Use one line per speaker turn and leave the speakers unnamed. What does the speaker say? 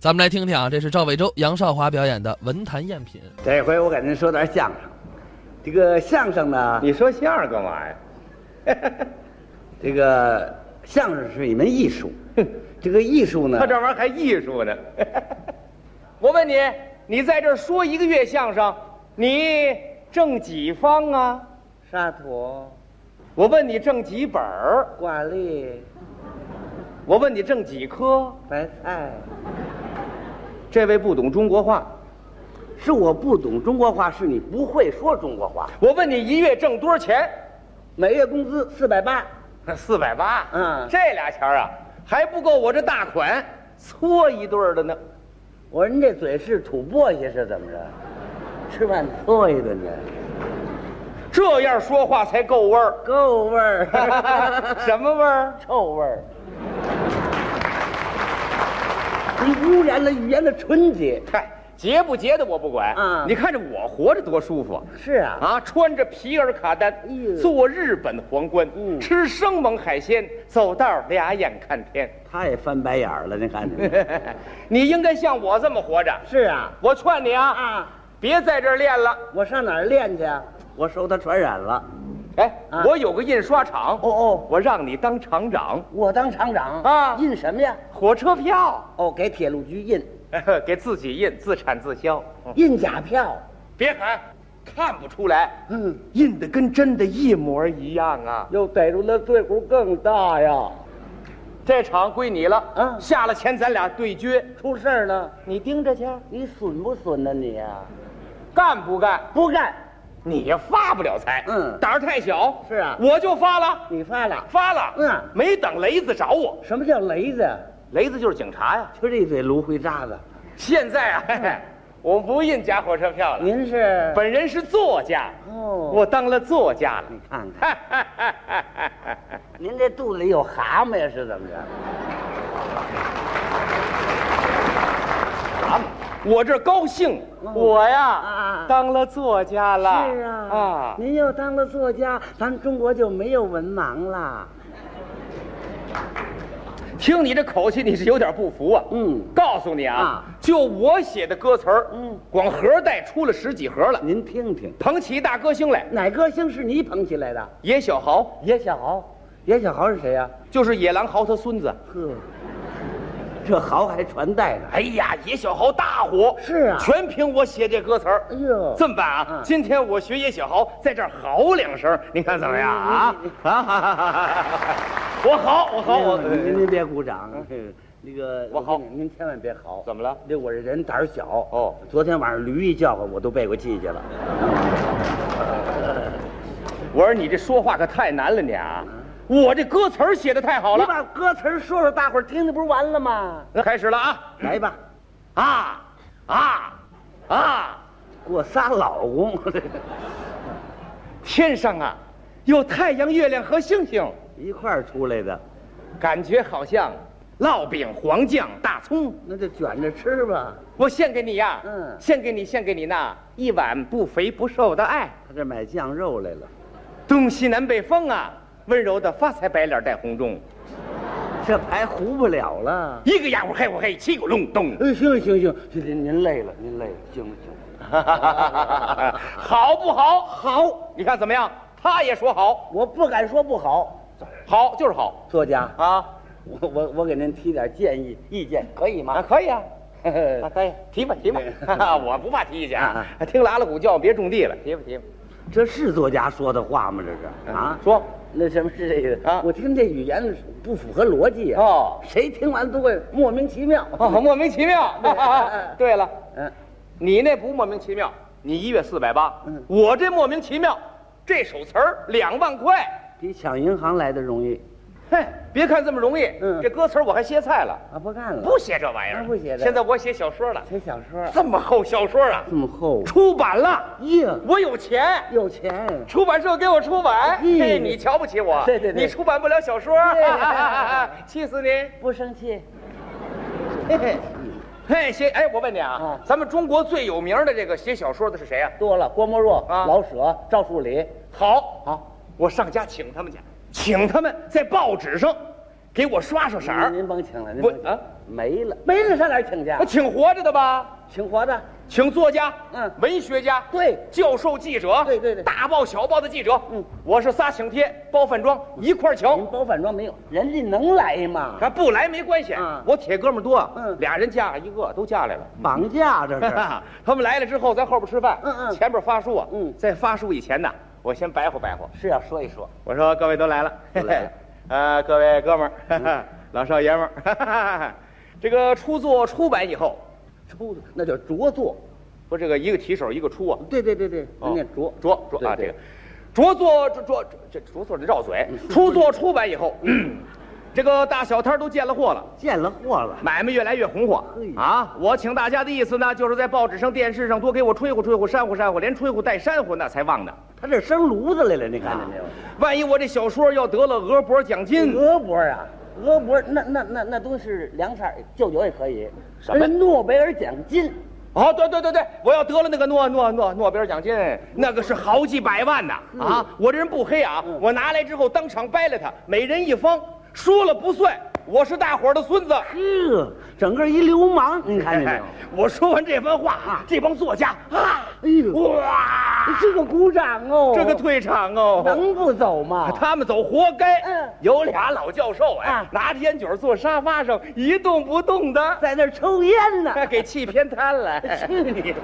咱们来听听啊，这是赵伟洲、杨少华表演的文坛赝品。
这回我给您说点相声。这个相声呢，
你说相声干嘛呀？
这个相声是一门艺术。这个艺术呢
他，这玩意儿还艺术呢。 我问你，你在这儿说一个月相声，你挣几方啊？
沙土、
我问你挣几本儿？
挂历、
我问你挣几颗？
白菜，
这位不懂中国话。
是我不懂中国话，是你不会说中国话。
我问你一月挣多少钱？
每月工资四百八，
四百八。
嗯
这俩钱儿啊，还不够我这大款搓一顿儿的呢。
我说您这嘴是吐簸箕是怎么着？吃饭搓一顿去，。
这样说话才够味儿
够味儿，
什么味儿？
臭味儿。你污染了语言的纯洁。
嗨，结不结的我不管。
嗯
你看着我活着多舒服啊！
是啊，
啊，穿着皮尔卡丹
哎呦，
坐日本皇冠，
嗯
吃生猛海鲜，走道儿俩眼看天。
他也翻白眼儿了，您看见没？
你应该像我这么活着。
是啊，
我劝你啊，
啊，
别在这儿练了。
我上哪儿练去啊？我受他传染了。
哎，
啊
我有个印刷厂，
哦哦，
我让你当厂长，
我当厂长
啊
印什么呀？
火车票，
哦，给铁路局印，
给自己印，自产自销。嗯
印假票。
别喊，看不出来，
嗯，
印的跟真的一模一样啊。
又逮住那罪过更大呀！
这场归你了，
嗯
下了钱咱俩对决，
出事儿了，
你盯着去，
你损不损呢、你呀、
干不干？
不干，
你也发不了财，
嗯
胆儿太小，
是啊
我就发了，
你发了。
发了，
嗯
没等雷子找我，
什么叫雷子？啊
雷子就是警察呀。
就这嘴芦灰渣子。
现在啊，嘿
嗯
嘿我不印假火车票了，
您是
本人是作家，
哦
我当了作家了
你。看看，
哈哈哈哈哈哈
您这肚子里有蛤蟆呀，是怎么着？
啊我这高兴，
嗯
我
啊
呀当了作家了。
是啊，您要当了作家，咱中国就没有文盲了。
听你这口气，你是有点不服啊。
嗯
告诉你啊，
啊
就我写的歌词儿，
嗯
光盒带出了十几盒了。
您听听，
捧起大歌星来，
哪歌星是你捧起来的？
野小豪
野小豪，野小豪是谁呀、
就是野狼豪他孙子。
呵，这豪还传代呢。
哎呀，野小豪大火，
是啊
全凭我写这歌词儿。
哎呦
这么办啊？
嗯
今天我学野小豪，在这儿嚎两声，您看怎么样啊？
嗯
啊哈哈哈哈！我嚎，我
啊
嚎，我
哎您您您别鼓掌，哎那个
我好
跟你您千万别好。
怎么了？
这我这人胆儿小
哦
昨天晚上驴一叫唤，我都背过气去了。
我说你这说话可太难了，你啊！我这歌词儿写的太
嗯
好
你
了。
把歌词儿说说，大伙儿听听，不是完了吗？
开始了啊！
来吧，
啊啊啊！
过仨老公，
天上啊，有太阳、月亮和星星，
一块儿出来的，
感觉好像烙饼、黄酱、大葱。
那就卷着吃吧。
我献给你呀、
嗯
献给你，献给你那一碗不肥不瘦的爱。
他这买酱肉来了，
东西南北风啊，温柔的发财，白脸带红中，
这牌糊不了了。
一个家伙嘿我嘿，七个隆咚。
哎，行行行，您您累了，您累了，行了行了，
好不好？好，你看怎么样？他也说 好，
我不敢说不好。
好就是好
作家，
啊
我我我给您提点建议意见，可以
啊，
吗？
可以啊。 啊，
这
可以提吧提吧， 我不怕提意见啊
啊，
听了阿拉古叫别种地了，提吧提吧
是作家说的话吗？这是啊，
说
那什么是这个
啊
我听这语言不符合逻辑啊，
哦，
谁听完都会莫名其妙。
哦莫名其妙啊
对哎。
对了，
嗯，
你那不莫名其妙，你一月四百八
嗯，
我这莫名其妙，这首词儿两万块，
比抢银行来的容易
嘿，别看这么容易，
嗯
这歌词儿我还歇菜了，
啊，不干了，
嗯不写这玩意
啊
儿，
不写这
现在我写小说了，
写小说
这么厚小说啊，
这么厚，哎
出版了，
呀，
我有钱。
有钱。
出版社给我出版，
嗯
嘿，你瞧不起我？
对对对
你出版不了小说
对对对，
气死你！
不生气，
嘿，写哎，我问你啊
嗯，
咱们中国最有名的这个写小说的是谁呀？
多了。郭沫若、
啊
老舍、赵树理，
好，
好，
我上家请他们去，请他们在报纸上给我刷刷色
您
儿。
您甭请了，您
不
甭请
啊，
没了，没了，上哪儿请去啊
那？请活着的吧，
请活的，
请作家，
嗯
文学家，
对
教授、记者，
对对对
大报小报的记者，
嗯，
我是仨请帖，包饭庄一块儿请。
您包饭庄没有？人家能来吗？
他不来没关系
嗯，
我铁哥们儿多啊，
嗯
俩人嫁一个都嫁来了。。
绑架这是
他们来了之后，在后边吃饭，
嗯嗯
前边发书啊，
嗯
在发书以前呢，我先白活白活。
是要说一说，
我说各位都来了，
都来了，
呃，各位哥们儿，老少爷们儿哈哈哈，这个初作出版以后，
出的那叫着作。
不是这个一个提手一个出啊，
对对对对，
哦
人家着
着着啊，这
对
个着作着着这着作绕嘴，初作出版以后，这个大小摊儿都见了货了。
见了货了，
买卖越来越红火
嘿
啊！我请大家的意思呢，就是在报纸上、电视上多给我吹呼吹呼、煽呼煽呼，连吹呼带煽呼那才旺呢。
他这生炉子来了，你看见没有？
万一我这小说要得了鹅脖奖金，
鹅脖啊，鹅脖，那那那那东西是凉菜，就酒也可以。
什么
人家诺贝尔奖金，
哦，对对对对，我要得了那个诺诺诺诺贝尔奖金，那个是好几百万呐！
嗯
啊，我这人不黑啊，我拿来之后当场掰了他，每人一方，输了不算，我是大伙儿的孙子。
呵，哎整个一流
哎
氓，你看见没有？
我说完这番话，这帮作家啊，
哎呦，
哇，
这个鼓掌哦，
这个退场哦，啊
能不走吗？
他们走活该。
嗯
有俩老教授哎，
啊
拿着烟卷坐沙发上一动不动的，
在那儿抽烟呢。
给气偏瘫了。
去你的！